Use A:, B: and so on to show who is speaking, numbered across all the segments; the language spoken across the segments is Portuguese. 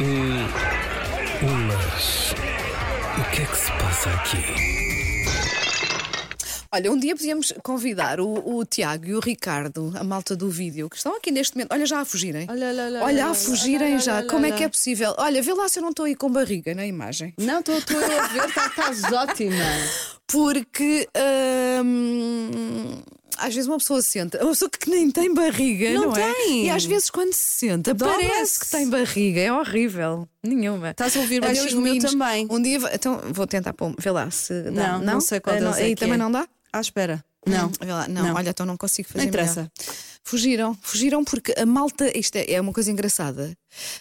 A: Hum, mas o que é que se passa aqui?
B: Olha, um dia podíamos convidar o, o Tiago e o Ricardo, a malta do vídeo, que estão aqui neste momento. Olha, já a fugirem.
C: Olha, olha, olha,
B: Olha,
C: olha,
B: a fugirem
C: olha,
B: já.
C: olha,
B: Como é
C: olha.
B: que é possível? Olha, vê lá se eu não estou aí com barriga na imagem.
C: Não, estou a ver, tá- estás ótima.
B: Porque hum, às vezes uma pessoa senta, uma pessoa que nem tem barriga, não,
C: Não
B: é?
C: tem.
B: E às vezes quando se senta,
C: Dobra-se.
B: parece que tem barriga, é horrível. Nenhuma.
C: Estás a ouvir baixinho
B: Adeus,
C: o meu
B: meninos.
C: também.
B: Um dia, va- então vou tentar pôr, vê lá se dá.
C: Não, não sei qual
B: Ah,
C: deles é
B: Aí
C: que
B: também
C: é.
B: não dá?
C: À espera. Não.
B: Vê lá, não,
C: Não.
B: olha, então não consigo fazer
C: Não interessa.
B: melhor. Fugiram, fugiram porque a malta, isto é, é uma coisa engraçada.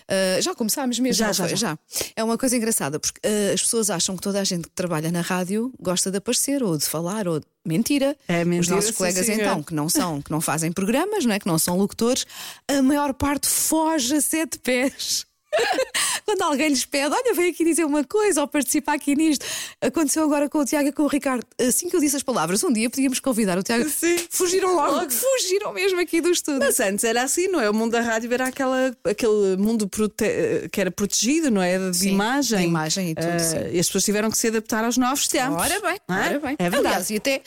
B: Ah, já começámos mesmo,
C: Já,
B: não
C: já,
B: foi? É uma coisa engraçada porque ah, as pessoas acham que toda a gente que trabalha na rádio gosta de aparecer ou de falar ou de... mentira.
C: É
B: Os
C: mentira,
B: nossos
C: sim,
B: colegas
C: senhor.
B: então, que não são, que não fazem programas, não é? que não são locutores, a maior parte foge a sete pés. Quando alguém lhes pede, olha, vem aqui dizer uma coisa ou participa aqui nisto. Aconteceu agora com o Tiago e com o Ricardo. Assim que eu disse as palavras, um dia podíamos convidar o Tiago.
C: Sim.
B: Fugiram logo, fugiram mesmo aqui do estúdio.
C: Mas antes era assim, não é? O mundo da rádio era aquela, aquele mundo prote- que era protegido, não é? De
B: Sim,
C: imagem.
B: de imagem e tudo,
C: Ah,
B: sim.
C: E as pessoas tiveram que se adaptar aos novos tempos.
B: Ora bem,
C: não é?
B: ora bem.
C: É verdade.
B: Aliás, e até,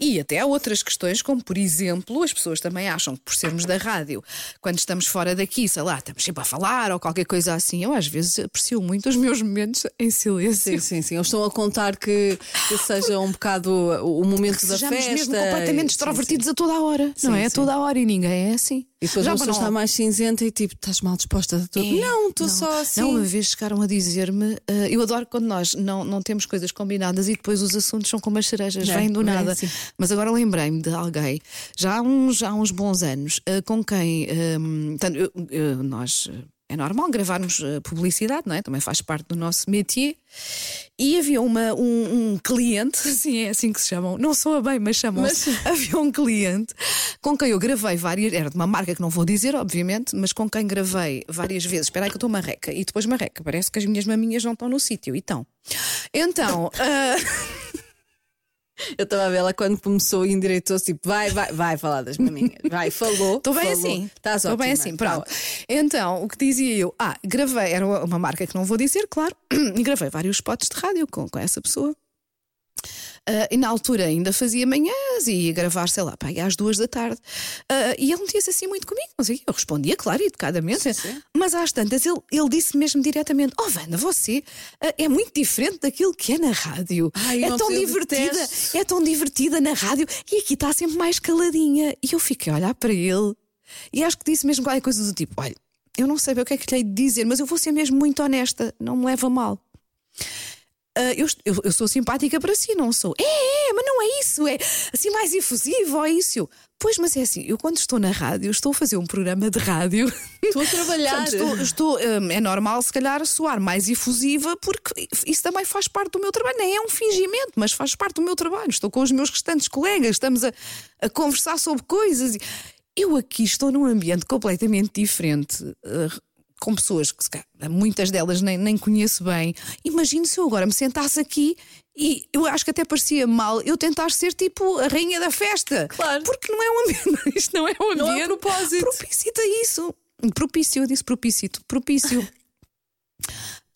B: e até há outras questões, como por exemplo, as pessoas também acham que por sermos da rádio, quando estamos fora daqui, sei lá, estamos sempre a falar ou qualquer coisa assim, eu às vezes aprecio muito os meus momentos em silêncio.
C: Sim, sim, sim. Eles estão a contar que que seja um bocado o o momento da festa.
B: Sejamos mesmo
C: e-
B: completamente extrovertidos a toda a hora, não
C: Sim,
B: é? A
C: sim.
B: toda a hora e ninguém é assim.
C: E depois
B: Já
C: a
B: para
C: pessoa
B: não-
C: está mais cinzenta e tipo, estás mal disposta de tudo.
B: É,
C: não, estou só assim.
B: Não, uma vez chegaram a dizer-me, eh, eu adoro quando nós não, não temos coisas combinadas e depois os assuntos são como as cerejas,
C: É,
B: vêm do
C: é,
B: nada.
C: sim.
B: Mas agora lembrei-me de alguém, já há uns, já há uns bons anos, eh, com quem ehm, tanto, eu- eu- nós. eh, É normal gravarmos eh, publicidade, não é? Também faz parte do nosso métier. E havia uma, um, um cliente, assim é assim que se chamam, não soa bem, mas chamam-se. Havia um cliente com quem eu gravei várias, era de uma marca que não vou dizer, obviamente, mas com quem gravei várias vezes. Espera aí que eu estou marreca. E depois marreca, parece que as minhas maminhas não estão no sítio. Então, então ah,
C: Eu estava a ver ela quando começou e endireitou-se, tipo, vai, vai, vai falar das maminhas. Vai, falou.
B: Estou bem
C: falou.
B: assim.
C: Estás
B: Estou bem
C: ótima.
B: assim, pronto. Então, o que dizia eu? Ah, gravei, era uma marca que não vou dizer, claro, e gravei vários spots de rádio com, com essa pessoa. Ah, e na altura ainda fazia manhãs e ia gravar, sei lá, pá, aí às duas da tarde. Ah, e ele metia-se assim muito comigo, não sei o quê. Eu respondia, claro, educadamente. Mas às tantas ele, ele disse mesmo diretamente: Oh, Wanda, você ah, é muito diferente daquilo que é na rádio.
C: Ai,
B: é
C: não
B: tão
C: sei, eu
B: divertida,
C: detesto.
B: é tão divertida na rádio e aqui está sempre mais caladinha. E eu fiquei a olhar para ele e acho que disse mesmo qualquer coisa do tipo: Olha, eu não sei bem o que é que lhe hei de dizer, mas eu vou ser mesmo muito honesta, não me leva a mal. Ah, eu, est- eu- eu sou simpática para si, não sou? É, é, mas não é isso, é assim mais efusivo, é isso. Eu, Pois, mas é assim, eu quando estou na rádio, estou a fazer um programa de rádio.
C: Estou a trabalhar.
B: Portanto, estou, estou, hum, é normal, se calhar, soar mais efusiva, porque isso também faz parte do meu trabalho. Nem é um fingimento, mas faz parte do meu trabalho. Estou com os meus restantes colegas, estamos a, a conversar sobre coisas. e- Eu aqui estou num ambiente completamente diferente. eh, com pessoas que se calhar, muitas delas nem, nem conheço bem. Imagino se eu agora me sentasse aqui e eu acho que até parecia mal eu tentar ser tipo a rainha da festa.
C: Claro.
B: Porque não é um ambiente. Isto não é um ambiente.
C: Não é propósito.
B: Propicita isso. Propício, eu disse propícito. Propício.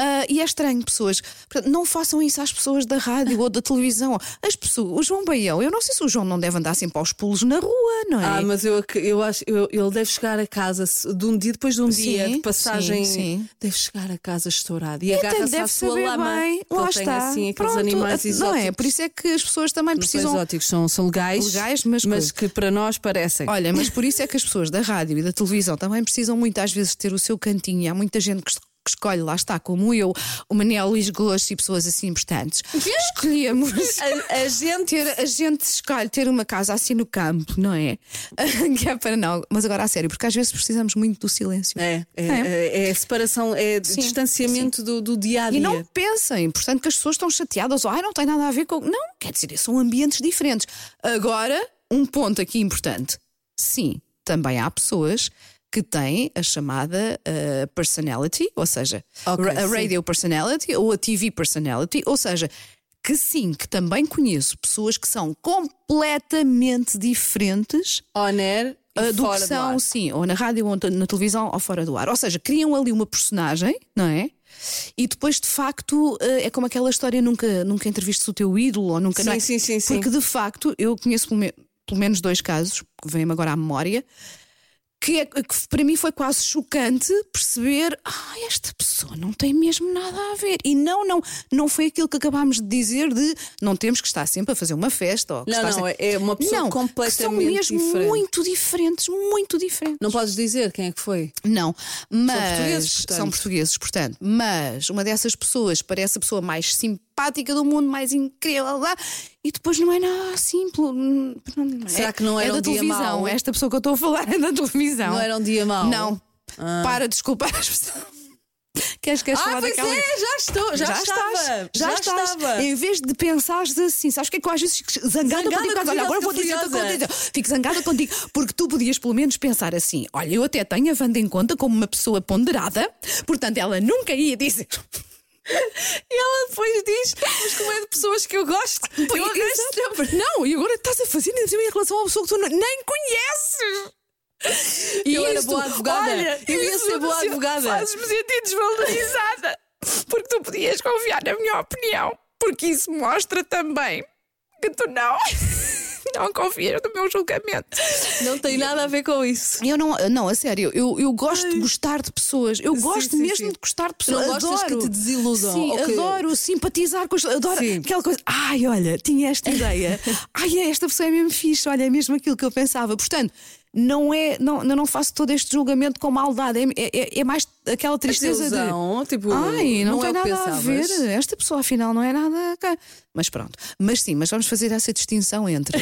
B: Ah, e é estranho, pessoas. Portanto, não façam isso às pessoas da rádio ou da televisão. As pessoas, o João Baião, eu não sei se o João não deve andar sempre aos pulos na rua, não é?
C: Ah, mas eu, ac- eu acho eu, ele deve chegar a casa se- de um dia depois de um
B: Sim,
C: dia de passagem.
B: sim, sim.
C: Deve chegar a casa estourado e
B: Até
C: agarra-se
B: deve
C: à sua
B: saber
C: lama.
B: bem.
C: que
B: Lá
C: ele tem
B: está.
C: assim aqueles
B: Pronto,
C: animais
B: a-
C: exóticos.
B: não é? Por isso é que as pessoas também
C: Não são
B: precisam.
C: exóticos, são, são legais,
B: Legais, mas
C: que para nós parecem.
B: Olha, mas por isso é que as pessoas da rádio e da televisão também precisam muito às vezes ter o seu cantinho. Há muita gente que es- que escolhe, lá está, como eu, o Manel Luís Gosto e pessoas assim importantes. Escolhemos.
C: a, a gente
B: Ter, a gente escolhe ter uma casa assim no campo, não é? que é para não. Mas agora a sério, porque às vezes precisamos muito do silêncio.
C: É, é,
B: É.
C: é- é separação, é distanciamento do, do dia a dia.
B: E não pensem, portanto, que as pessoas estão chateadas ou ai, não tem nada a ver com. Não, quer dizer, são ambientes diferentes. Agora, um ponto aqui importante. Sim, também há pessoas que têm a chamada eh, personality, ou seja,
C: Ok,
B: ra- a
C: sim.
B: radio personality ou a TV personality, ou seja, que sim, que também conheço pessoas que são completamente diferentes
C: On air
B: ah, do
C: fora
B: que
C: do
B: são,
C: ar.
B: sim, ou na rádio, ou na televisão, ou fora do ar. Ou seja, criam ali uma personagem, não é? E depois, de facto, eh, é como aquela história: nunca, nunca entrevistes o teu ídolo, ou nunca.
C: Sim,
B: não é?
C: sim, sim, sim.
B: Porque, de facto, eu conheço pelo, me- pelo menos dois casos, que vêm-me agora à memória, que, é- que para mim foi quase chocante perceber: ah, esta pessoa não tem mesmo nada a ver. E não, não, não foi aquilo que acabámos de dizer: de não temos que estar sempre a fazer uma festa. Ou que
C: Não,
B: estar
C: não,
B: sempre-
C: é uma pessoa
B: não, que são
C: completamente
B: mesmo
C: diferente.
B: muito diferentes, muito diferentes.
C: Não podes dizer quem é que foi.
B: Não, mas
C: portugueses, portanto.
B: são portugueses, portanto. Mas uma dessas pessoas parece a pessoa mais simpática do mundo, mais incrível, lá, lá, e depois não é nada simples. hum, não-
C: Será que não era
B: é da
C: um dia
B: televisão?
C: mau?
B: Esta pessoa que eu estou a falar é da televisão.
C: Não era um dia mau?
B: Não. Para desculpar as pessoas. Queres, queres
C: Ah,
B: falar
C: pois
B: daquela?
C: é, já estou, já, estava.
B: estás, já,
C: já
B: estás.
C: estava.
B: Em vez de pensares assim, sabes o que é que eu às vezes fico zangada,
C: Zangada
B: contigo?
C: contigo,
B: Olha, agora vou
C: fica
B: dizer o que
C: furiosa.
B: aconteceu. Fico zangada contigo, porque tu podias pelo menos pensar assim: olha, eu até tenho a Wanda em conta como uma pessoa ponderada, portanto ela nunca ia dizer.
C: E ela depois diz: Mas como é de pessoas que eu gosto? eu
B: Pois,
C: arranjo
B: exato. Não, e agora estás a fazer ainda por cima em relação a uma pessoa que tu não- nem conheces. E
C: Eu era
B: isto,
C: boa advogada.
B: olha,
C: Eu ia
B: isso,
C: ser boa
B: você-
C: advogada.
B: Fazes-me sentir desvalorizada. Porque tu podias confiar na minha opinião. Porque isso mostra também que tu não. Não confias no meu julgamento.
C: Não tem nada a ver com isso.
B: Eu não, não a sério, eu, eu gosto de gostar de pessoas. Eu
C: Sim,
B: gosto
C: sim,
B: mesmo
C: sim.
B: de gostar de
C: Tu não
B: pessoas.
C: gostas
B: adoro.
C: que te desiludam,
B: Sim,
C: ou que-
B: adoro simpatizar com as Adoro
C: Sim.
B: aquela coisa. Ai, olha, tinha esta ideia. Ai, esta pessoa é mesmo fixe. Olha, é mesmo aquilo que eu pensava. Portanto, não é. Não, eu não faço todo este julgamento com maldade. É, é, é mais aquela tristeza de.
C: Desilusão, tipo,
B: Ai, não,
C: não é
B: tem
C: o que
B: nada a
C: pensavas.
B: ver. Esta pessoa, afinal, não é nada. cá. Mas pronto. Mas sim, mas vamos fazer essa distinção entre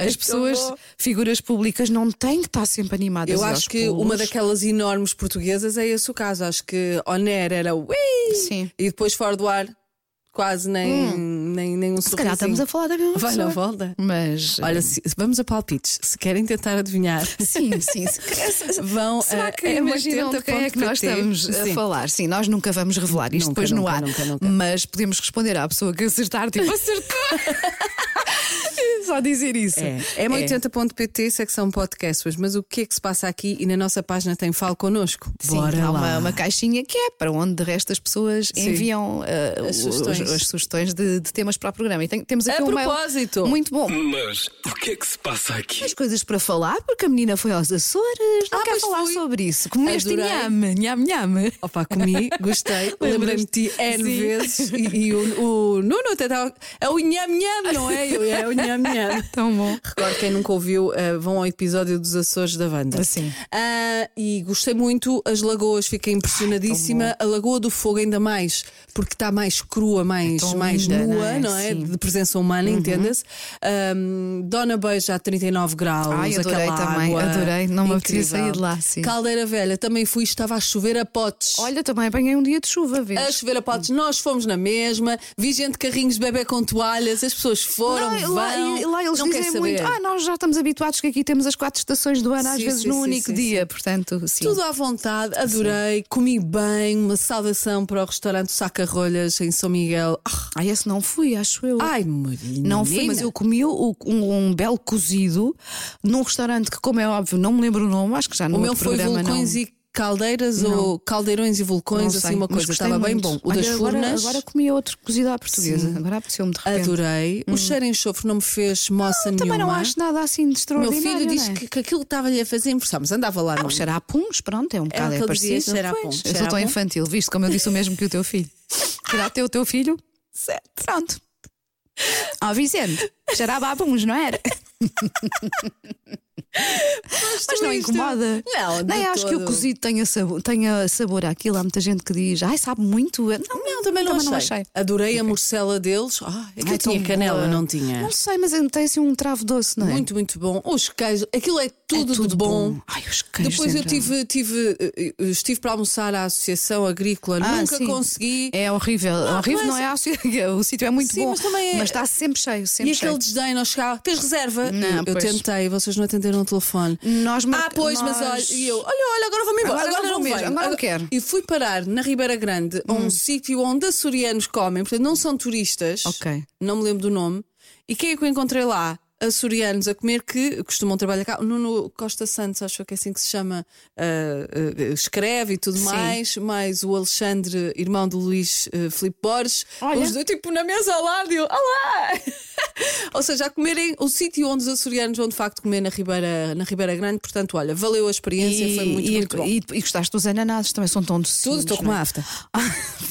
B: as pessoas,
C: É bom.
B: figuras públicas, não têm que estar sempre animadas.
C: Eu
B: e aos
C: acho que
B: pulos.
C: uma daquelas enormes portuguesas é esse o caso. Acho que Oner era ui,
B: Sim.
C: e depois fora do ar, quase nem, nem, nem um
B: Hum. Se calhar estamos a falar da mesma
C: Vai na
B: pessoa.
C: volta.
B: Mas.
C: Olha, se- vamos a palpites. Se querem tentar adivinhar,
B: Sim, sim. Ah, se calhar-
C: vão
B: Será
C: a
B: que imaginam de quem é que nós
C: 80.pt.
B: estamos a
C: Sim.
B: falar? Sim, nós nunca vamos revelar isto
C: Nunca,
B: depois no
C: nunca,
B: ar.
C: nunca, nunca.
B: Mas podemos responder à pessoa que acertar, tipo, acertou! Só dizer isso.
C: É, é 80.pt, secção podcasts. Mas o que é que se passa aqui? E na nossa página tem Fale Connosco.
B: Sim,
C: Bora
B: há
C: lá.
B: Uma, uma caixinha que é para onde de resto as pessoas enviam eh,
C: As
B: os-
C: sugestões.
B: as sugestões de, de temas para o programa. E tem- temos aqui
C: A
B: um mail
C: propósito.
B: muito bom.
A: Mas o que é que se passa aqui?
B: As coisas para falar, porque a menina foi aos Açores, não
C: Ah,
B: quer
C: pois
B: falar
C: fui.
B: sobre isso. Comeste
C: Adorei. Oh,
B: nhame, nhame, nhame.
C: Opa, comi, gostei, lembrei-me de ti N
B: Sim.
C: vezes e, e o, o Nuno até estava. É o nham nham, não é? Eu, é o nham nham.
B: Tão bom.
C: Recordo, quem nunca ouviu, eh, vão ao episódio dos Açores da Wanda.
B: Sim. Ah,
C: Ah, e gostei muito, as lagoas, fiquei impressionadíssima. a Lagoa do Fogo, ainda mais, porque está mais crua, mais,
B: tão
C: mais
B: linda,
C: nua,
B: não é?
C: não é?
B: Sim. Uhum.
C: De presença humana, entenda-se. Ahm, Dona Beija a 39 graus.
B: Ai, adorei
C: aquela
B: também,
C: água
B: adorei. Não me apetecia
C: incrível.
B: sair de lá, sim.
C: Caldeira Velha, também fui, estava a chover a potes.
B: Olha, também apanhei um dia de chuva, vês?
C: A chover a potes, nós fomos na mesma. Vi gente de carrinhos de bebê com toalhas, as pessoas foram.
B: Não, e lá,
C: vão,
B: e lá eles
C: não quer
B: dizem
C: saber.
B: muito. Ah, nós já estamos habituados que aqui temos as quatro estações do ano, às
C: Sim,
B: vezes
C: sim,
B: num
C: sim,
B: único
C: sim,
B: dia. Portanto, sim.
C: Tudo à vontade, adorei, comi bem. Uma saudação para o restaurante Sacarrolhas em São Miguel. Ah,
B: Ah, esse não fui, acho eu.
C: Ai, Maria.
B: Não fui, mas eu comi o- um, um belo cozido num restaurante que, como é óbvio, não me lembro o nome, acho que já no
C: O meu
B: outro
C: foi
B: programa,
C: vulcões
B: não.
C: e caldeiras ou caldeirões e
B: não
C: vulcões,
B: sei,
C: assim uma
B: mas
C: coisa.
B: gostei
C: Estava bem bom.
B: muito.
C: O
B: Olha,
C: das
B: agora,
C: furnas.
B: Agora comi outro cozido à portuguesa, agora apeteceu-me de repente.
C: Adorei. O cheiro em enxofre não me fez moça nenhuma.
B: Hum. Também não acho nada assim de
C: O meu
B: extraordinário.
C: filho disse
B: não é? Ah,
C: que, que aquilo estava-lhe a fazer impressão, mas andava lá no
B: Não, cheira a puns, pronto, é um bocado
C: o
B: é
C: que ele dizia,
B: parecido.
C: cheira a
B: Pois,
C: puns,
B: Eu
C: cheira
B: sou
C: a
B: tão
C: puns.
B: infantil, viste como eu disse o mesmo que o teu filho. Será teu o teu filho? Certo. Pronto. Ó Vicente, cheirava a puns, não era? Mas não
C: isto-
B: incomoda.
C: Não, de
B: Nem acho que o
C: todo.
B: cozido tenha sabor, tenha sabor àquilo. Há muita gente que diz, ai, sabe muito. Não,
C: Não, também não,
B: Também não
C: achei.
B: achei.
C: Adorei a morcela deles. Ah, é que
B: Ai,
C: eu tinha
B: tão
C: canela,
B: boa.
C: não tinha.
B: não sei, mas tem assim um travo doce, não é?
C: É. Muito, muito bom. Os queijos, aquilo é
B: É
C: tudo, de bom.
B: Ai, os queijos.
C: Depois eu
B: então.
C: tive, tive, eh, eh, estive para almoçar à Associação Agrícola,
B: Ah,
C: nunca
B: sim.
C: consegui.
B: É horrível. horrível
C: mas-
B: não é? a associ- O sítio é muito
C: Ah, Sim,
B: bom.
C: mas também é-
B: está sempre cheio, sempre
C: E
B: cheio.
C: aquele desdém, nós chegávamos, tens reserva?
B: Não,
C: eu, eu
B: pois.
C: tentei, vocês não atenderam o telefone.
B: Nós mar-
C: Ah, pois, mas olha,
B: nós-
C: e eu, olha, olha, agora vou-me embora.
B: Agora
C: Agora,
B: não
C: não
B: vou mesmo,
C: venho.
B: agora não quero. Hum.
C: E fui parar na Ribeira Grande, a um sítio onde açorianos comem, portanto não são turistas.
B: Ok.
C: Não me lembro do nome. E quem é que eu encontrei lá? açorianos a comer que costumam trabalhar cá. O Nuno Costa Santos, acho que é assim que se chama, ah, ah, escreve e tudo mais, mais o Alexandre, irmão do Luís ah, Filipe Borges,
B: Olha.
C: os dois tipo na mesa ao lado, e eu, olá! Ou seja, a comerem o sítio onde os açorianos vão de facto comer na Ribeira, na Ribeira Grande, portanto, olha, valeu a experiência, foi muito,
B: e,
C: muito bom.
B: e- e gostaste dos ananases, também são tão docinhos.
C: Tudo, estou com uma afta.
B: Ah,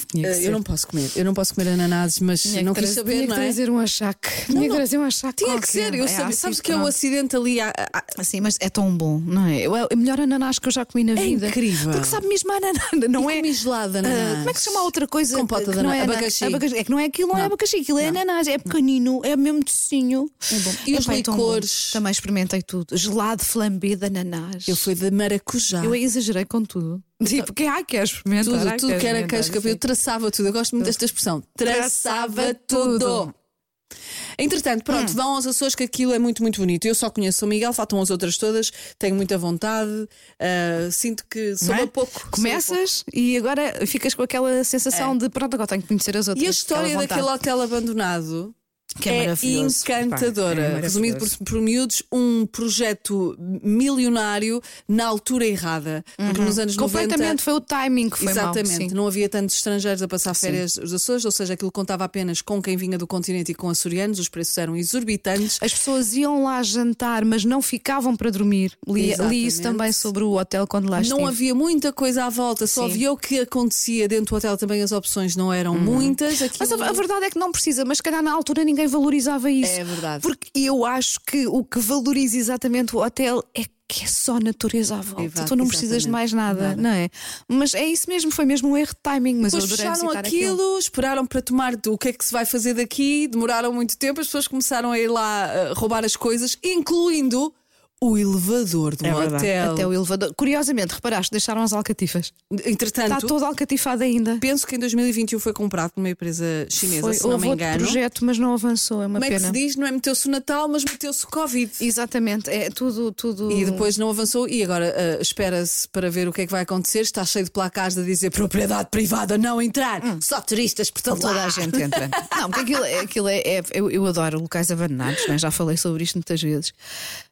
B: tinha que
C: Eh,
B: ser.
C: Eu não posso comer, eu não posso comer ananases, mas
B: Tinha que
C: não quis
B: trazer-
C: saber,
B: tinha
C: não
B: que
C: é?
B: trazer um achaque. tinha que
C: não.
B: trazer um achaque.
C: Tinha que ser, eu sabia. Sabes que é o acidente ali. à- à-
B: Assim, mas é tão bom, não é? Eu- É o melhor ananás que eu já comi na vida.
C: É incrível.
B: Porque sabe mesmo a ananás, não
C: E
B: é?
C: comi
B: Ah,
C: gelada, ananás.
B: como é que se chama a outra coisa?
C: Compota
B: que
C: de
B: não
C: ana-
B: é ana-
C: abacaxi.
B: É que não é aquilo, não, é
C: Não.
B: abacaxi, aquilo é ananás, é pequenino, é mesmo docinho. É bom.
C: E os licores?
B: Também experimentei tudo. Gelado flambé de ananás.
C: Eu fui de maracujá.
B: Eu exagerei com tudo. Tipo, quem há que experimentar?
C: tudo,
B: ai,
C: tudo
B: quero
C: que era
B: experimentar,
C: casca.
B: sim.
C: Eu traçava tudo. Eu gosto muito desta expressão. Traçava
B: Traçava
C: tudo.
B: tudo. Hum.
C: Entretanto, pronto, vão aos Açores que aquilo é muito, muito bonito. Eu só conheço o Miguel, faltam as outras todas, tenho muita vontade, ah, sinto que
B: Não
C: soube
B: é?
C: a pouco. soube a pouco.
B: Começas e agora ficas com aquela sensação de pronto, agora tenho que conhecer as outras.
C: É. E a história
B: aquela vontade.
C: daquele hotel abandonado
B: que é, maravilhoso.
C: encantadora.
B: Pá, é
C: Resumido por,
B: maravilhoso.
C: por miúdos, um projeto milionário na altura errada. Porque nos anos 90.
B: Uhum. Completamente foi o timing que foi
C: Exatamente,
B: mau. sim.
C: não havia tantos estrangeiros a passar férias dos Açores, ou seja, aquilo contava apenas com quem vinha do continente e com açorianos, os preços eram exorbitantes.
B: As pessoas iam lá jantar, mas não ficavam para dormir. Li, li
C: Exatamente.
B: isso também sobre o hotel quando lá
C: Não
B: estive.
C: havia muita coisa à volta, só
B: Sim. Uhum.
C: havia o que acontecia dentro do hotel também, as opções não eram muitas.
B: Mas
C: aquilo-
B: a, a verdade é que não precisa, mas se calhar na altura ninguém valorizava isso.
C: É verdade.
B: Porque eu acho que o que valoriza exatamente o hotel é que é só natureza à volta.
C: Exato,
B: tu não precisas de mais nada, não é? Mas é isso mesmo, foi mesmo um erro de timing. Mas
C: Depois
B: eu adorei
C: fecharam
B: visitar
C: aquilo, esperaram para tomar do- o que é que se vai fazer daqui, demoraram muito tempo, as pessoas começaram a ir lá eh, roubar as coisas, incluindo o elevador do hotel.
B: É Até o elevador. Curiosamente, reparaste, deixaram as alcatifas. Está
C: Entretanto,
B: Tá todo alcatifado ainda.
C: penso que em 2021 foi comprado por uma empresa chinesa,
B: Foi,
C: se não
B: houve
C: me
B: outro
C: engano.
B: projeto, mas não avançou. É uma
C: Como é que
B: pena.
C: se diz? Não é meteu-se o Natal, mas meteu-se o Covid.
B: Exatamente, é tudo. tudo...
C: E depois não avançou, e agora eh, espera-se para ver o que é que vai acontecer. Está cheio de placares a dizer propriedade privada não entrar, só turistas por todo
B: Então Toda a
C: lado."
B: gente entra. Não, porque aquilo, é- aquilo é. é- eu, eu adoro locais abandonados, não é? já falei sobre isto muitas vezes.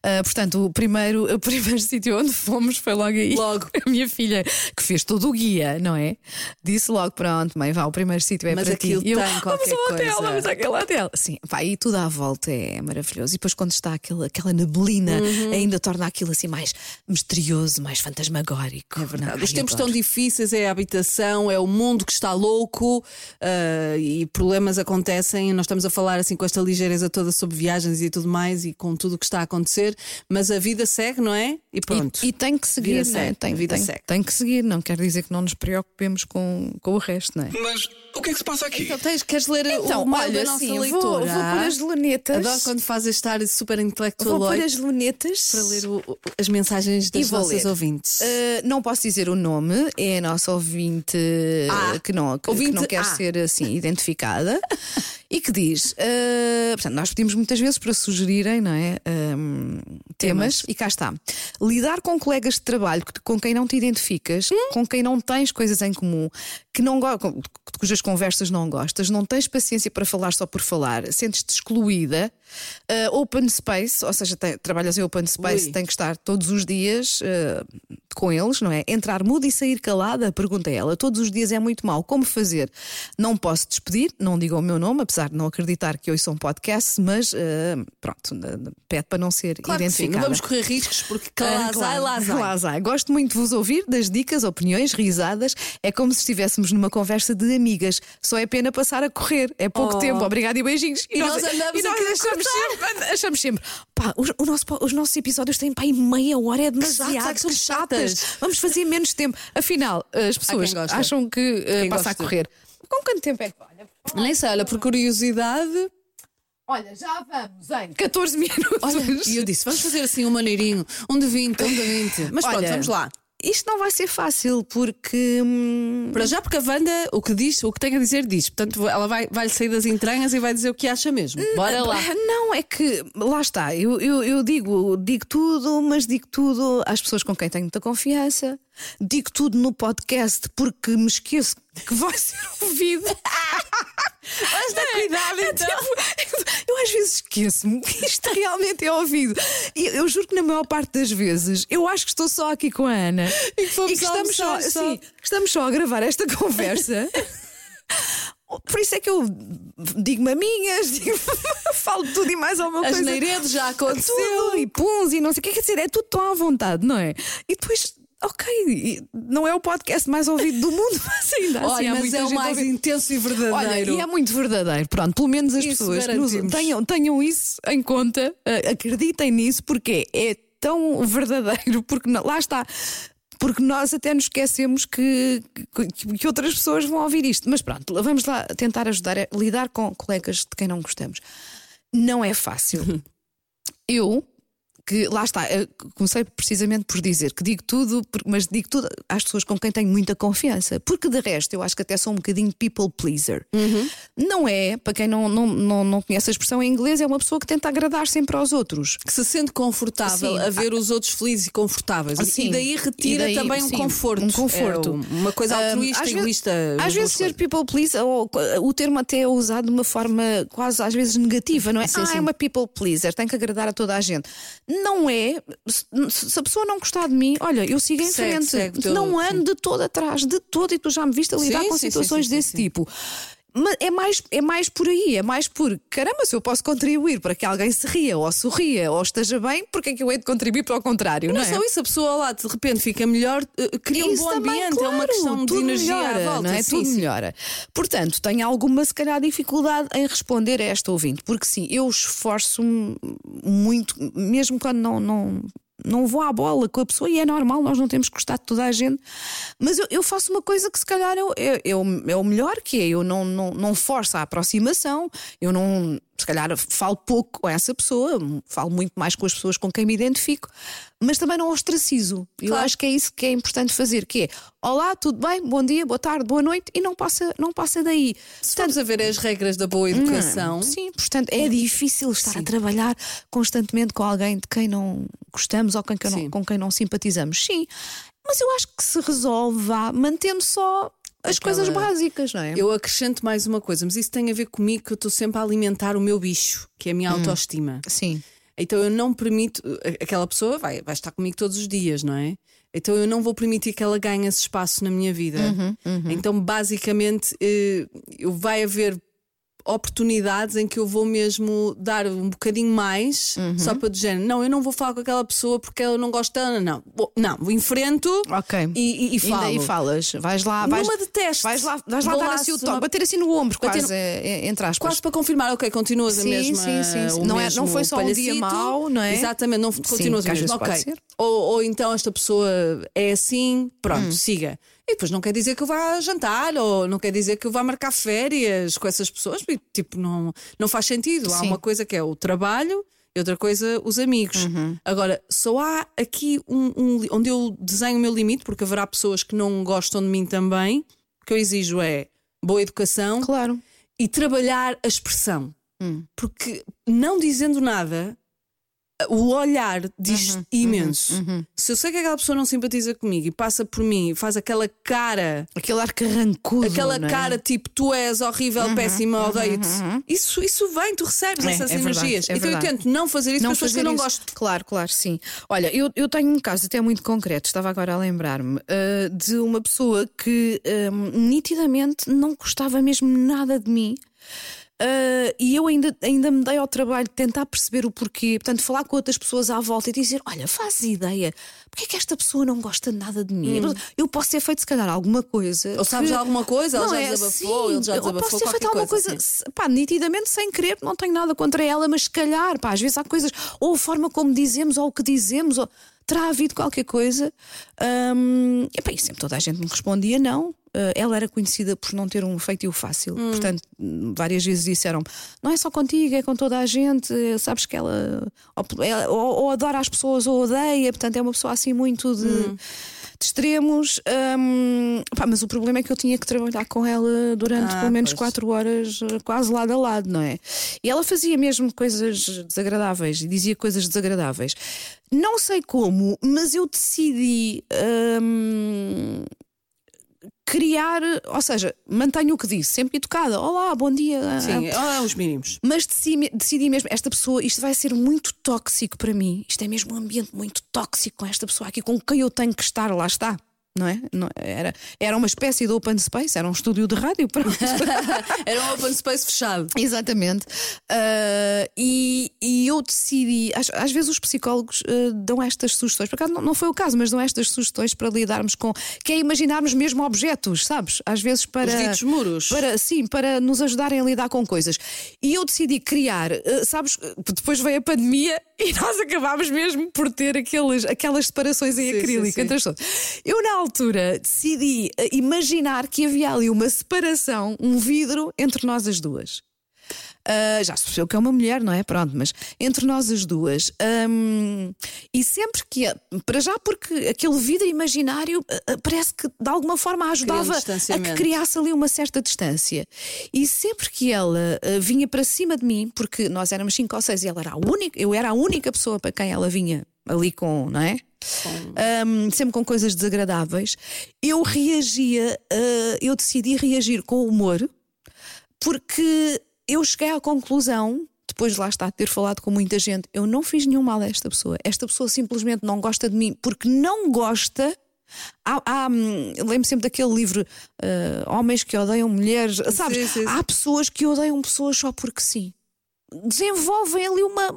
B: Ah, portanto, o primeiro, o primeiro sítio onde fomos foi logo aí.
C: Logo.
B: A minha filha, que fez todo o guia, não é? Disse logo: pronto, mãe, vá, o primeiro sítio é
C: Mas
B: para ti.
C: aquilo
B: E eu,
C: tem
B: vamos
C: qualquer
B: ao hotel,
C: coisa."
B: vamos àquele hotel. Sim, pá, e tudo à volta é maravilhoso. E depois, quando está aquela, aquela neblina,
C: Uhum.
B: ainda torna aquilo assim mais misterioso, mais fantasmagórico. É verdade.
C: Ah, Os tempos tão difíceis, é a habitação, é o mundo que está louco ah, e problemas acontecem. Nós estamos a falar assim com esta ligeireza toda sobre viagens e tudo mais e com tudo o que está a acontecer, mas a vida segue, não é? E pronto.
B: E, e tem que seguir,
C: Vida
B: não é?
C: segue,
B: Tem,
C: vida
B: tem,
C: segue.
B: tem que seguir, não quer dizer que não nos preocupemos com, com o resto, não é?
A: Mas o que é que se passa aqui?
C: Então, tens, queres ler o mail da nossa leitora?
B: lunetas.
C: Adoro quando fazes estar super intelectual
B: lunetas.
C: para ler o- o- as mensagens
B: E
C: das
B: vou
C: nossas
B: ler.
C: ouvintes.
B: Uh, não posso dizer o nome, é a nossa ouvinte
C: Ah,
B: uh, que, não, que,
C: ouvinte
B: que não quer
C: A.
B: ser assim identificada e que diz: uh, portanto, nós pedimos muitas vezes para sugerirem não é, um, temas, e cá está. Lidar com colegas de trabalho que- com quem não te identificas,
C: Hum?
B: com quem não tens coisas em comum, que não go- com- cujas conversas não gostas, não tens paciência para falar só por falar, sentes-te excluída. Uh, open space, ou seja, te- trabalhas em open space,
C: Ui.
B: tem que estar todos os dias eh, com eles, não é? Entrar muda e sair calada, pergunta ela. Todos os dias é muito mal. Como fazer? Não posso despedir, não diga o meu nome, apesar de não acreditar que eu sou um podcast, mas eh, pronto, n- n- pede para não ser
C: claro que sim, não
B: identificada.
C: vamos correr riscos porque
B: Ah,
C: calazai,
B: claro.
C: lazai.
B: Lazai. Gosto muito de vos ouvir, das dicas, opiniões, risadas. É como se estivéssemos numa conversa de amigas. Só é pena passar a correr. É pouco
C: Oh.
B: tempo. Obrigada e beijinhos.
C: E nós andamos
B: e nós
C: a querer
B: achamos, sempre, achamos sempre. Pá, os, o nosso po- os nossos episódios têm pá, aí meia hora. É demasiado.
C: chato, é que
B: são
C: somos chatas.
B: Vamos fazer menos tempo. Afinal, as pessoas
C: quem gosta.
B: acham que
C: quem
B: uh, passa a
C: gosta.
B: correr. Com quanto tempo é que olha?
C: Nem sei, olha, por curiosidade.
B: Olha, já vamos em 14 minutos.
C: E eu disse: vamos fazer assim um maneirinho, um de 20, um de 20. Mas pronto,
B: Olha,
C: vamos lá.
B: Isto não vai ser fácil porque. hum,
C: Para já, porque a Wanda, o que diz, o que tem a dizer, diz. Portanto, ela vai, vai sair das entranhas e vai dizer o que acha mesmo. Bora lá.
B: Não, é que lá está, eu, eu, eu digo, digo tudo, mas digo tudo às pessoas com quem tenho muita confiança, digo tudo no podcast porque me esqueço que vai ser ouvido. Mas dá cuidado, então. eu às vezes esqueço-me que isto realmente é ouvido. E eu juro que na maior parte das vezes eu acho que estou só aqui com a Ana
C: E que fomos
B: estamos, só,
C: almoçar só.
B: sim, estamos só a gravar esta conversa. Por isso é que eu digo-me a minhas, digo, falo tudo e mais alguma
C: As
B: coisa. É
C: neiredes já aconteceu.
B: Tudo, e puns e não sei o que é que dizer, é tudo tão à vontade, não é? E depois, ok, e não é o podcast mais ouvido do mundo, mas ainda assim
C: Olha,
B: há
C: mas
B: muita
C: é o
B: gente a
C: mais
B: ouvir.
C: intenso e
B: Olha,
C: verdadeiro.
B: e é muito verdadeiro. Pronto, pelo menos as
C: Isso
B: pessoas que nos-
C: garantimos.
B: tenham, tenham isso em conta, eh, acreditem nisso, porque é tão verdadeiro, porque não- lá está. Porque nós até nos esquecemos que, que, que outras pessoas vão ouvir isto. Mas pronto, vamos lá tentar ajudar a lidar com colegas de quem não gostamos. Não é fácil. Eu, que lá está, eu comecei precisamente por dizer que digo tudo, por- mas digo tudo às pessoas com quem tenho muita confiança, porque de resto eu acho que até sou um bocadinho people pleaser. Não é, para quem não, não, não, não conhece a expressão em inglês, é uma pessoa que tenta agradar sempre aos outros.
C: que se sente confortável
B: Sim.
C: a ver os outros felizes e confortáveis.
B: Sim.
C: E daí retira
B: Assim, E daí,
C: também um
B: sim,
C: conforto.
B: um conforto.
C: É uma coisa
B: Ahm,
C: altruísta,
B: às vezes-
C: egoísta.
B: Às
C: duas
B: vezes é- ser
C: coisas.
B: people pleaser, ou, uh, o termo até é usado de uma forma quase às vezes negativa, não é?
C: Sim,
B: ah,
C: sim.
B: é uma people pleaser, tem que agradar a toda a gente. Não é. Se se a pessoa não gostar de mim, olha, eu sigo em
C: Segue,
B: frente.
C: segue teu-
B: não ando de todo atrás, de todo, e tu já me viste a lidar
C: Sim,
B: com
C: sim, sim,
B: situações
C: sim, sim,
B: desse
C: sim.
B: tipo. Mas é mais, é mais por aí, é mais por caramba, se eu posso contribuir para que alguém se ria ou sorria ou esteja bem, porque é que eu hei de contribuir para o contrário? Não,
C: Não
B: é?
C: só isso, a pessoa ao lado de repente fica melhor, eh, cria um
B: Isso
C: bom
B: também,
C: ambiente, é uma
B: claro,
C: questão de
B: tudo
C: energia
B: melhora,
C: à volta.
B: Não é?
C: sim,
B: tudo
C: sim.
B: melhora. Portanto, tenho alguma, se calhar, dificuldade em responder a esta ouvinte, porque sim, eu esforço-me muito, mesmo quando não. não não vou à bola com a pessoa e é normal, nós não temos que gostar de toda a gente, mas eu, eu faço uma coisa que se calhar eu, eu, eu- é o melhor que é, eu não, não, não forço a aproximação, eu não, se calhar falo pouco com essa pessoa, falo muito mais com as pessoas com quem me identifico, mas também não ostracizo. Eu
C: Claro.
B: acho que é isso que é importante fazer, que é olá, tudo bem, bom dia, boa tarde, boa noite, e não passa, não passa daí.
C: Se formos a ver as regras da boa educação,
B: Hum, Sim, portanto, é difícil estar a trabalhar constantemente com alguém de quem não gostamos ou com quem
C: Sim.
B: não, com quem não simpatizamos. Sim, mas eu acho que se resolve vá, mantendo só as
C: Aquela-
B: coisas básicas, não é?
C: eu acrescento mais uma coisa, mas isso tem a ver comigo que eu estou sempre a alimentar o meu bicho, que é a minha
B: Hum.
C: autoestima.
B: Sim,
C: Então eu não permito. a- Aquela pessoa vai, vai estar comigo todos os dias, não é? Então eu não vou permitir que ela ganhe esse espaço na minha vida. Então, basicamente, eh, eu- vai haver oportunidades em que eu vou mesmo dar um bocadinho mais, só para do género. Não, eu não vou falar com aquela pessoa porque ela não gosta. Não, Bom, não, enfrento
B: ok. E,
C: e, e, e falo.
B: daí falas, vais lá, vais,
C: Numa deteste.
B: vais lá, vais lá
C: Vou
B: dar assim o
C: se uma-
B: toque, bater assim no ombro,
C: Bater
B: quase, é, é, entre aspas.
C: Quase para confirmar, ok, continuas a
B: Sim,
C: mesma.
B: sim, sim, sim.
C: o
B: Não é-
C: mesmo
B: não foi só um dia
C: palhacito.
B: mau, não é?
C: Exatamente, não continuas
B: que
C: a
B: às
C: mesma.
B: vezes pode
C: Ok.
B: ser.
C: Ou, ou então esta pessoa é assim,
B: Hum.
C: pronto, siga. E depois não quer dizer que eu vá jantar, ou não quer dizer que eu vá marcar férias com essas pessoas, e, tipo, não, não faz sentido. Há
B: Sim.
C: uma coisa que é o trabalho. E outra coisa, os amigos.
B: Uhum.
C: Agora, só há aqui um, um li- onde eu desenho o meu limite, porque haverá pessoas que não gostam de mim também. O que eu exijo é boa educação,
B: Claro.
C: e trabalhar a expressão.
B: Hum.
C: Porque não dizendo nada, o olhar
B: Uhum,
C: diz imenso. Se eu sei que aquela pessoa não simpatiza comigo e passa por mim e faz aquela cara,
B: Aquele ar carrancudo.
C: aquela
B: não é?
C: cara tipo tu és horrível,
B: Uhum,
C: péssima, odeio-te. Isso, isso vem, tu recebes
B: É,
C: essas
B: é verdade,
C: energias.
B: é
C: então eu
B: verdade.
C: tento não fazer isso para as pessoas que
B: fazer
C: eu não
B: isso.
C: gosto.
B: Claro, claro, sim. Olha, eu, eu tenho um caso até muito concreto, estava agora a lembrar-me, ah, de uma pessoa que ahm, nitidamente não gostava mesmo nada de mim. Ah, e eu ainda, ainda me dei ao trabalho de tentar perceber o porquê, portanto, falar com outras pessoas à volta e dizer: Olha, faz ideia, porque é que esta pessoa não gosta nada de mim? Eu posso ter feito, se calhar, alguma coisa.
C: Hum. Ou sabes
B: que-
C: alguma coisa, ela
B: não
C: já
B: é,
C: desabafou,
B: sim,
C: ele já
B: eu
C: desabafou.
B: Posso ter feito
C: qualquer
B: alguma
C: coisa,
B: coisa,
C: assim.
B: se- pá, nitidamente sem querer, não tenho nada contra ela, mas se calhar, pá, às vezes há coisas, ou a forma como dizemos, ou o que dizemos, ou terá havido qualquer coisa. Hum, epá, e sempre toda a gente me respondia não. Ah, ela era conhecida por não ter um feitio fácil, portanto, hum, várias vezes disseram não é só contigo, é com toda a gente. eh, Sabes que ela ou, ela- ou- ou adora as pessoas ou odeia, portanto, é uma pessoa assim muito de,
C: Hum.
B: de extremos. hum, pá, mas o problema é que eu tinha que trabalhar com ela durante
C: Ah,
B: pelo menos
C: pois.
B: quatro quatro horas eh, quase lado a lado, não é? E ela fazia mesmo coisas desagradáveis e dizia coisas desagradáveis. Não sei como, mas eu decidi. hum, criar, ou seja, mantenho o que disse, sempre educada. Olá, bom dia.
C: Sim,
B: Ah.
C: olha os mínimos.
B: Mas decidi, decidi mesmo, esta pessoa, isto vai ser muito tóxico para mim. Isto é mesmo um ambiente muito tóxico com esta pessoa aqui, com quem eu tenho que estar, lá está. Não é? Não- era, era uma espécie de open space, era um estúdio de rádio. Pronto.
C: Era um open space fechado.
B: Exatamente. Ah, e, e eu decidi. Às, às vezes os psicólogos ah, dão estas sugestões, por acaso não, não foi o caso, mas dão estas sugestões para lidarmos com. que é imaginarmos mesmo objetos, sabes? Às vezes para.
C: Os ditos muros.
B: Para, sim, para nos ajudarem a lidar com coisas. E eu decidi criar, ah, sabes? Depois veio a pandemia e nós acabámos mesmo por ter aqueles, aquelas separações em
C: Sim,
B: acrílico
C: sim, sim.
B: entre as pessoas. Eu, na altura, decidi ah, imaginar que havia ali uma separação, um vidro entre nós as duas. Ah, já se percebeu que é uma mulher, não é? Pronto, mas entre nós as duas. Ahm, e sempre que. Para já, porque aquele vidro imaginário ah, ah, parece que de alguma forma a ajudava a que
C: distanciamento.
B: criasse ali uma certa distância. E sempre que ela ah, vinha para cima de mim, porque nós éramos cinco ou seis e ela era a única, eu era a única pessoa para quem ela vinha ali com, não é? Ahm, sempre com coisas desagradáveis, eu reagia, ah, eu decidi reagir com humor porque eu cheguei à conclusão, depois de lá está ter falado com muita gente, eu não fiz nenhum mal a esta pessoa. Esta pessoa simplesmente não gosta de mim porque não gosta. Há, há, hum, eu lembro sempre daquele livro eh, Homens que odeiam mulheres, sabes?
C: sim, sim.
B: Há pessoas que odeiam pessoas só porque sim. Desenvolvem ali uma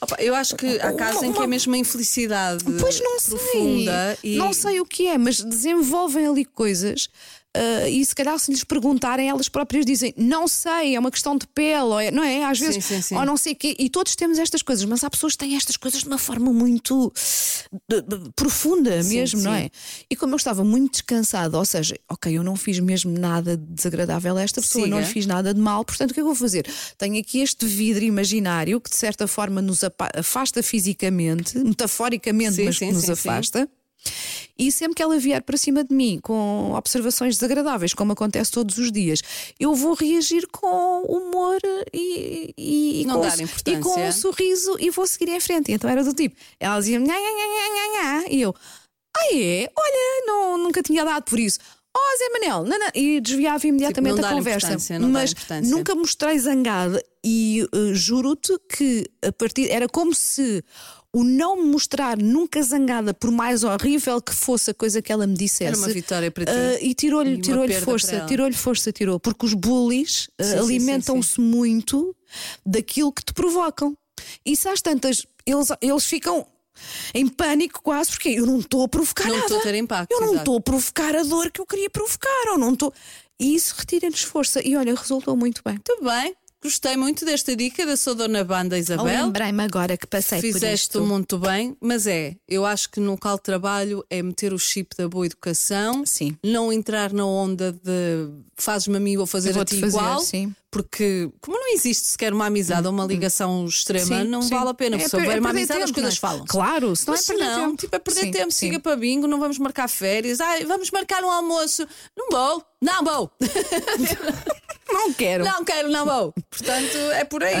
C: Opa, eu acho que há casos em que é mesmo uma infelicidade
B: Pois não
C: profunda
B: sei.
C: e
B: Não sei o que é, mas desenvolvem ali coisas. ah, e se calhar se lhes perguntarem, elas próprias dizem não sei, é uma questão de pele, ou é- não é? Às vezes,
C: sim, sim.
B: ou não sei o quê. E todos temos estas coisas, mas há pessoas que têm estas coisas de uma forma muito de- de- profunda mesmo, não
C: sim.
B: é? E como eu estava muito descansada, ou seja, ok, eu não fiz mesmo nada de desagradável a esta pessoa, não lhe
C: Siga.
B: fiz nada de mal, portanto, o que é que eu vou fazer? Tenho aqui este vidro imaginário que de certa forma nos apa- afasta fisicamente, metaforicamente,
C: Sim,
B: mas
C: sim,
B: que nos
C: sim, sim.
B: afasta. E sempre que ela vier para cima de mim com observações desagradáveis, como acontece todos os dias, eu vou reagir com humor e, e, e
C: Não
B: com,
C: dar
B: e com um
C: importância.
B: sorriso e vou seguir em frente. Então era do tipo, ela dizia nha, nha, nha, nha, nha, nha", e eu, ah é? Olha, não, nunca tinha dado por isso. Oh, Zé Manel, não, não", e desviava imediatamente
C: Tipo, não
B: a
C: dar
B: conversa.
C: importância, não dar
B: mas
C: importância.
B: nunca mostrei zangada e eh, juro-te que a partir era como se o não me mostrar nunca zangada, por mais horrível que fosse a coisa que ela me dissesse,
C: Era uma vitória para ti.
B: eh, e
C: E
B: tirou-lhe
C: uma
B: tirou
C: perda para
B: força,
C: ela.
B: tirou-lhe força, tirou. Porque os bullies eh,
C: sim, sim,
B: alimentam-se muito daquilo que te provocam. E se às tantas, eles, eles ficam em pânico quase, porque eu não estou a provocar
C: Não
B: nada.
C: estou a ter impacto,
B: Eu não
C: exato.
B: estou a provocar a dor que eu queria provocar, ou não estou. E isso retira-nos força. E olha, resultou muito bem.
C: Muito bem, gostei muito desta dica da sua dona banda Isabel.
B: Lembrei-me agora que passei por
C: Fizeste um
B: isto.
C: muito bem, mas é, eu acho que no local de trabalho é meter o chip da boa educação,
B: Sim.
C: não entrar na onda de fazes-me a mim, vou fazer
B: Eu vou
C: a ti
B: te fazer,
C: igual,
B: sim.
C: porque como não existe sequer uma amizade ou uma ligação extrema,
B: Sim,
C: não
B: sim.
C: vale a pena.
B: É
C: Se
B: per-
C: houver
B: é perder
C: uma amizade, as
B: tempo,
C: coisas
B: não é?
C: falam.
B: Claro, se não
C: Mas
B: é perder tempo.
C: tipo, é perder
B: Sim,
C: tempo,
B: sim.
C: siga para bingo, não vamos marcar férias. Ai, vamos marcar um almoço. Não vou, não vou,
B: Não quero.
C: não quero, não vou. Portanto, é por aí.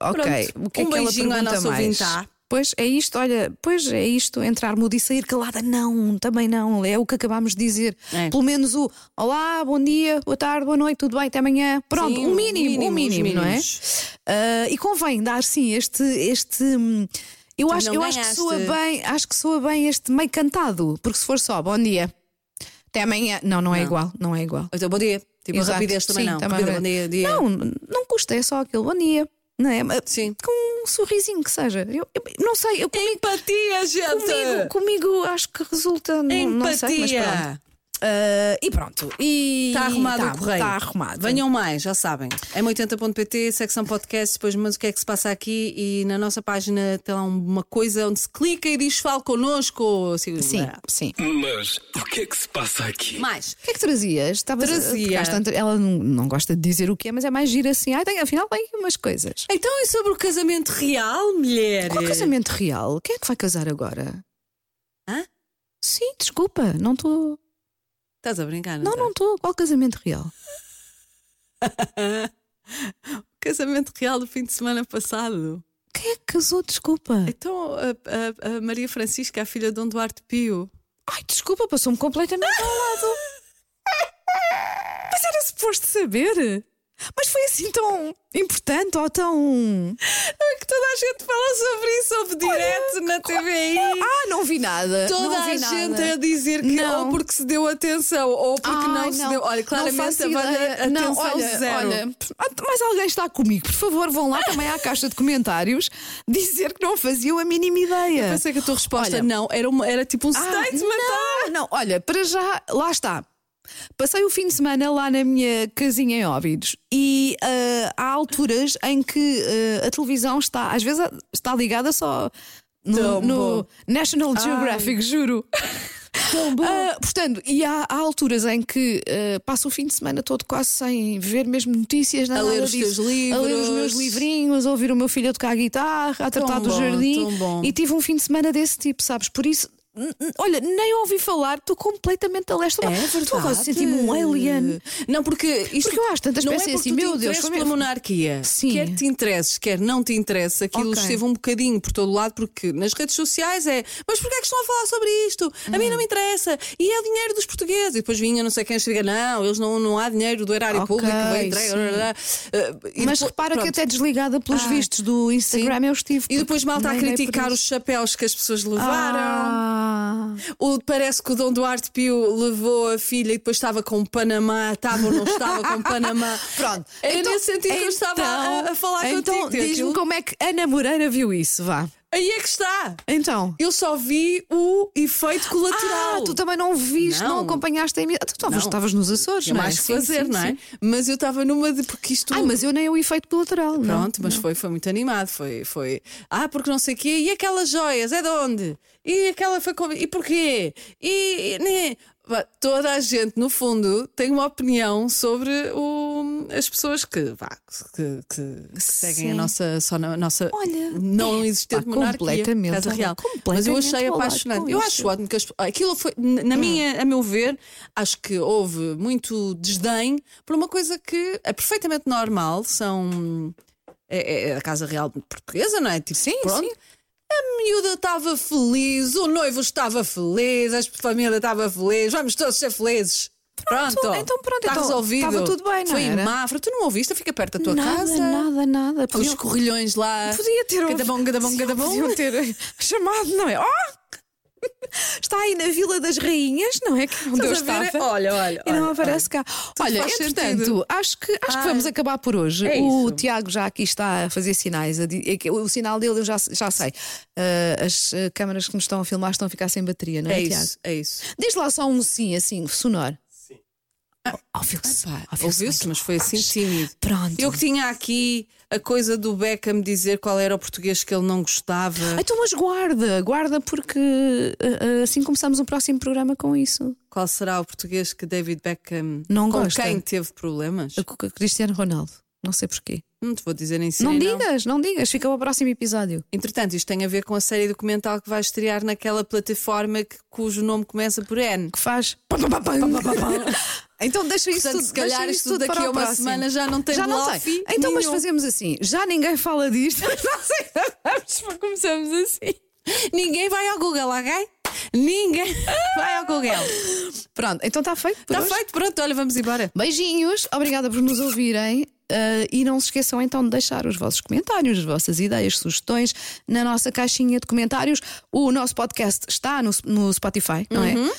B: Ah, ok,
C: Pronto.
B: o que é
C: Um
B: que ela
C: beijinho à
B: pergunta
C: nossa
B: mais?
C: ouvinte tá? A.
B: Pois é isto, olha, pois é isto, entrar mudo e sair calada, não, também não, é o que acabámos de dizer.
C: É.
B: Pelo menos o olá, bom dia, boa tarde, boa noite, tudo bem, até amanhã. Pronto,
C: Sim,
B: o
C: o
B: mínimo, o
C: um mínimo, os
B: mínimo, não é?
C: mínimos.
B: Ah, e convém dar sim este. este hum, eu acho,
C: não
B: eu acho que soa
C: ganhaste.
B: bem, acho que soa bem este meio cantado, porque se for só bom dia, até amanhã. Não, não é igual, não é igual.
C: Então, bom dia. Tipo, a
B: Exato.
C: rapidez também
B: Sim,
C: não.
B: também
C: Rapidez,
B: não. é.
C: bom dia, dia.
B: Não, n- não custa, é só aquele bom dia, não é? Mas
C: Sim.
B: Com um sorrisinho que seja. Eu, eu não sei, eu comigo,
C: Empatia, gente!
B: comigo, comigo acho que resulta. Não, não sei, mas pronto.
C: Empatia!
B: Ah, e pronto. E
C: Está arrumado
B: tá,
C: o correio.
B: Está arrumado.
C: Venham mais, já sabem. M80.pt, secção podcast, depois mas o que é que se passa aqui e na nossa página tem lá uma coisa onde se clica e diz fale connosco. Sim.
B: Sim, sim.
A: Mas o que é que se passa aqui?
C: Mais.
B: O que é que trazias? Estavas a-
C: Trazia.
B: tocaste tanto- Ela não, não gosta de dizer o que é, mas é mais giro assim. Ai, tem, afinal, tem aqui umas coisas.
C: Então é sobre o casamento real, mulher?
B: Qual casamento real? Quem é que vai casar agora?
C: Hã?
B: Sim, desculpa, não estou.
C: Estás a brincar?
B: Não, não estou. Qual casamento real?
C: estás? casamento real do fim de semana passado.
B: Quem é que casou? Desculpa.
C: Então a, a- a Maria Francisca, a filha de Dom Duarte Pio.
B: Ai, desculpa, passou-me completamente ao lado. suposto saber? Mas foi assim tão importante ou tão.
C: É que toda a gente fala sobre isso, houve direto na TVI.
B: Ah, não vi nada.
C: Toda
B: não vi
C: a gente
B: nada.
C: a dizer que
B: Não.
C: ou porque se deu atenção ou porque
B: Ai,
C: não, se deu. Olha,
B: Não
C: claramente
B: faço
C: a
B: ideia.
C: banda
B: Não,
C: atenção
B: olha,
C: zero.
B: olha, mas alguém está comigo, por favor, vão lá também à caixa de comentários dizer que não faziam a mínima ideia.
C: Pensei que a tua resposta
B: Olha.
C: não, era, uma- era tipo um
B: Ah,
C: statement.
B: não, não, olha, para já, lá está. Passei o fim de semana lá na minha casinha em Óbidos e ah, há alturas em que ah, a televisão está, às vezes, está ligada só no,
C: Tão
B: no
C: bom.
B: National Geographic, juro. Ah, portanto, e há, há alturas em que ah, passo o fim de semana todo quase sem ver mesmo notícias, nada
C: A ler
B: nada
C: os teus
B: disso. a ler os meus
C: livros.
B: livrinhos, a ouvir o meu filho a tocar guitarra, a tratar do
C: bom,
B: jardim.
C: tão bom.
B: E tive um fim de semana desse tipo, sabes? Por isso, n- n- olha, nem ouvi falar, estou completamente a leste. Estou agora senti-me um alien.
C: Não, porque isto.
B: é Porque eu acho tantas
C: não é
B: pensei
C: porque
B: assim,
C: tu te
B: meu Deus,
C: interesses
B: foi
C: pela
B: mesmo-
C: monarquia.
B: Sim.
C: Quer te interesses, quer não te interesses, aquilo
B: Ok.
C: esteve um bocadinho por todo lado, porque nas redes sociais é, mas porquê é que estão a falar sobre isto? A mim não me
B: Hum.
C: interessa. E é dinheiro dos portugueses. E depois vinha, não sei quem chega, não, eles não, não há dinheiro do erário
B: Ok,
C: público, vai entregue.
B: sim.
C: blá, blá, blá. Ah, e
B: Mas
C: depois-
B: repara que
C: pronto.
B: até desligada pelos
C: Ah,
B: vistos do Instagram eu estive.
C: E depois malta a
B: nem dei por
C: criticar os
B: isso.
C: chapéus que as pessoas levaram.
B: Ah,
C: O- parece que o Dom Duarte Pio levou a filha e depois estava com Panamá, estava ou não estava com Panamá.
B: Pronto.
C: Era nesse sentido que eu estava a, a falar
B: então,
C: contigo.
B: Então,
C: Tio,
B: diz-me
C: aquilo-
B: como é que Ana Moreira viu isso, vá.
C: Aí é que está.
B: Então.
C: Eu só vi o efeito colateral.
B: Ah, tu também não viste, não,
C: Não.
B: acompanhaste a emissão. Tu estavas-
C: Não.
B: estavas nos Açores,
C: Tinha
B: não é?
C: mais que
B: Sim,
C: fazer,
B: sim,
C: não é?
B: sim.
C: Mas eu estava numa de porque isto.
B: Ai, mas eu nem o efeito bilateral. não.
C: Pronto, mas foi, foi muito animado. Foi, foi. Ah, porque não sei o quê. E aquelas joias, é de onde? E aquela foi. Com... E porquê? E. e né? Vá, Toda a gente, no fundo, tem uma opinião sobre o- as pessoas que, vá, que, que- que seguem a
B: Sim.
C: nossa, só na- a nossa
B: Olha, é,
C: não existente
B: pá,
C: monarquia.
B: completamente
C: Casa
B: ao-
C: Real. Mas
B: completamente
C: eu achei
B: ao lado
C: apaixonante.
B: com Hum.
C: Eu
B: isto.
C: acho ótimo que as, aquilo foi, na na minha, a meu ver, acho que houve muito desdém por uma coisa que é perfeitamente normal. São é, é a Casa Real Portuguesa, não é? Tipo, sim,
B: sim.
C: A miúda estava feliz, o noivo estava feliz, a família estava feliz, vamos todos ser felizes. Pronto,
B: então pronto,
C: está
B: então
C: resolvido.
B: estava tudo bem, não
C: Foi
B: era?
C: em Mafra, tu não ouviste? Fica perto da tua
B: nada,
C: casa.
B: Nada, nada,
C: Os
B: Podiam-
C: corrilhões lá.
B: Podia ter
C: Cada bom, cada bom,
B: Sim,
C: cada bom.
B: Podiam ter chamado, não é? Oh! Está aí na Vila das Rainhas, não é? Que onde eu
C: Estás a ver?
B: estava.
C: Olha, olha.
B: E não
C: olha,
B: aparece cá. Olha,
C: faz
B: entretanto,
C: sentido.
B: acho que, acho
C: Ah,
B: que vamos acabar por hoje.
C: é
B: o
C: isso.
B: Tiago já aqui está a fazer sinais. a di- é que O sinal dele eu já, já sei. Ah, as ah, câmaras que nos estão a filmar estão a ficar sem bateria, não
C: olha.
B: é,
C: É
B: Tiago?
C: isso, é isso.
B: Diz lá só um sim, assim, sonoro. Ah, oh, Sim. Ouviu-se.
C: Pá,
B: Ouviu-se
C: Ouviu-se,
B: muito.
C: mas foi assim tímido.
B: Pronto.
C: Eu que tinha aqui a coisa do Beckham dizer qual era o português que ele não gostava.
B: Ah, Então, mas guarda, guarda, porque ah, ah, assim começamos o próximo programa com isso.
C: Qual será o português que David Beckham
B: Não
C: com
B: gosta.
C: quem teve problemas?
B: A Cuca Cristiano Ronaldo. Não sei porquê.
C: Não te vou dizer em si.
B: não digas, não digas, fica para o próximo episódio.
C: Entretanto, isto tem a ver com a série documental que vai estrear naquela plataforma que- cujo nome começa por N.
B: Que faz. pam, pam, pam, pam, pam, pam. Então deixa isso
C: Portanto,
B: tudo.
C: se calhar
B: deixa isso
C: isto
B: tudo
C: daqui
B: para
C: a
B: o
C: uma
B: próximo.
C: semana já não tem
B: Já não
C: bluff
B: tem. Então, mas
C: nenhum.
B: fazemos assim: já ninguém fala disto, mas nós acabamos, mas começamos assim.
C: Ninguém vai ao Google, ok? Ninguém vai ao Google.
B: Pronto, então está feito. por
C: Está
B: hoje.
C: feito, pronto, olha, vamos embora.
B: Beijinhos, obrigada por nos ouvirem. ah, e não se esqueçam então de deixar os vossos comentários, as vossas ideias, sugestões na nossa caixinha de comentários. O nosso podcast está no, no Spotify, não é?
C: Uhum.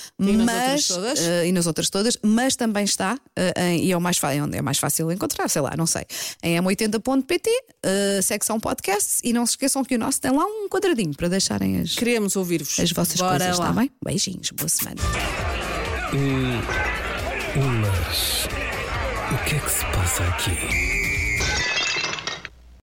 C: nas outras todas.
B: ah, e nas outras todas, mas também está, ah, em- e é, o mais, fa- é onde é mais fácil encontrar, sei lá, não sei, em m80.pt, ah, secção podcasts. E não se esqueçam que o nosso tem lá um quadradinho para deixarem as,
C: Queremos ouvir-vos.
B: as vossas
C: Bora
B: coisas, tá?
C: lá.
B: está bem? Beijinhos, boa semana.
A: Ulas. O que é que se passa aqui?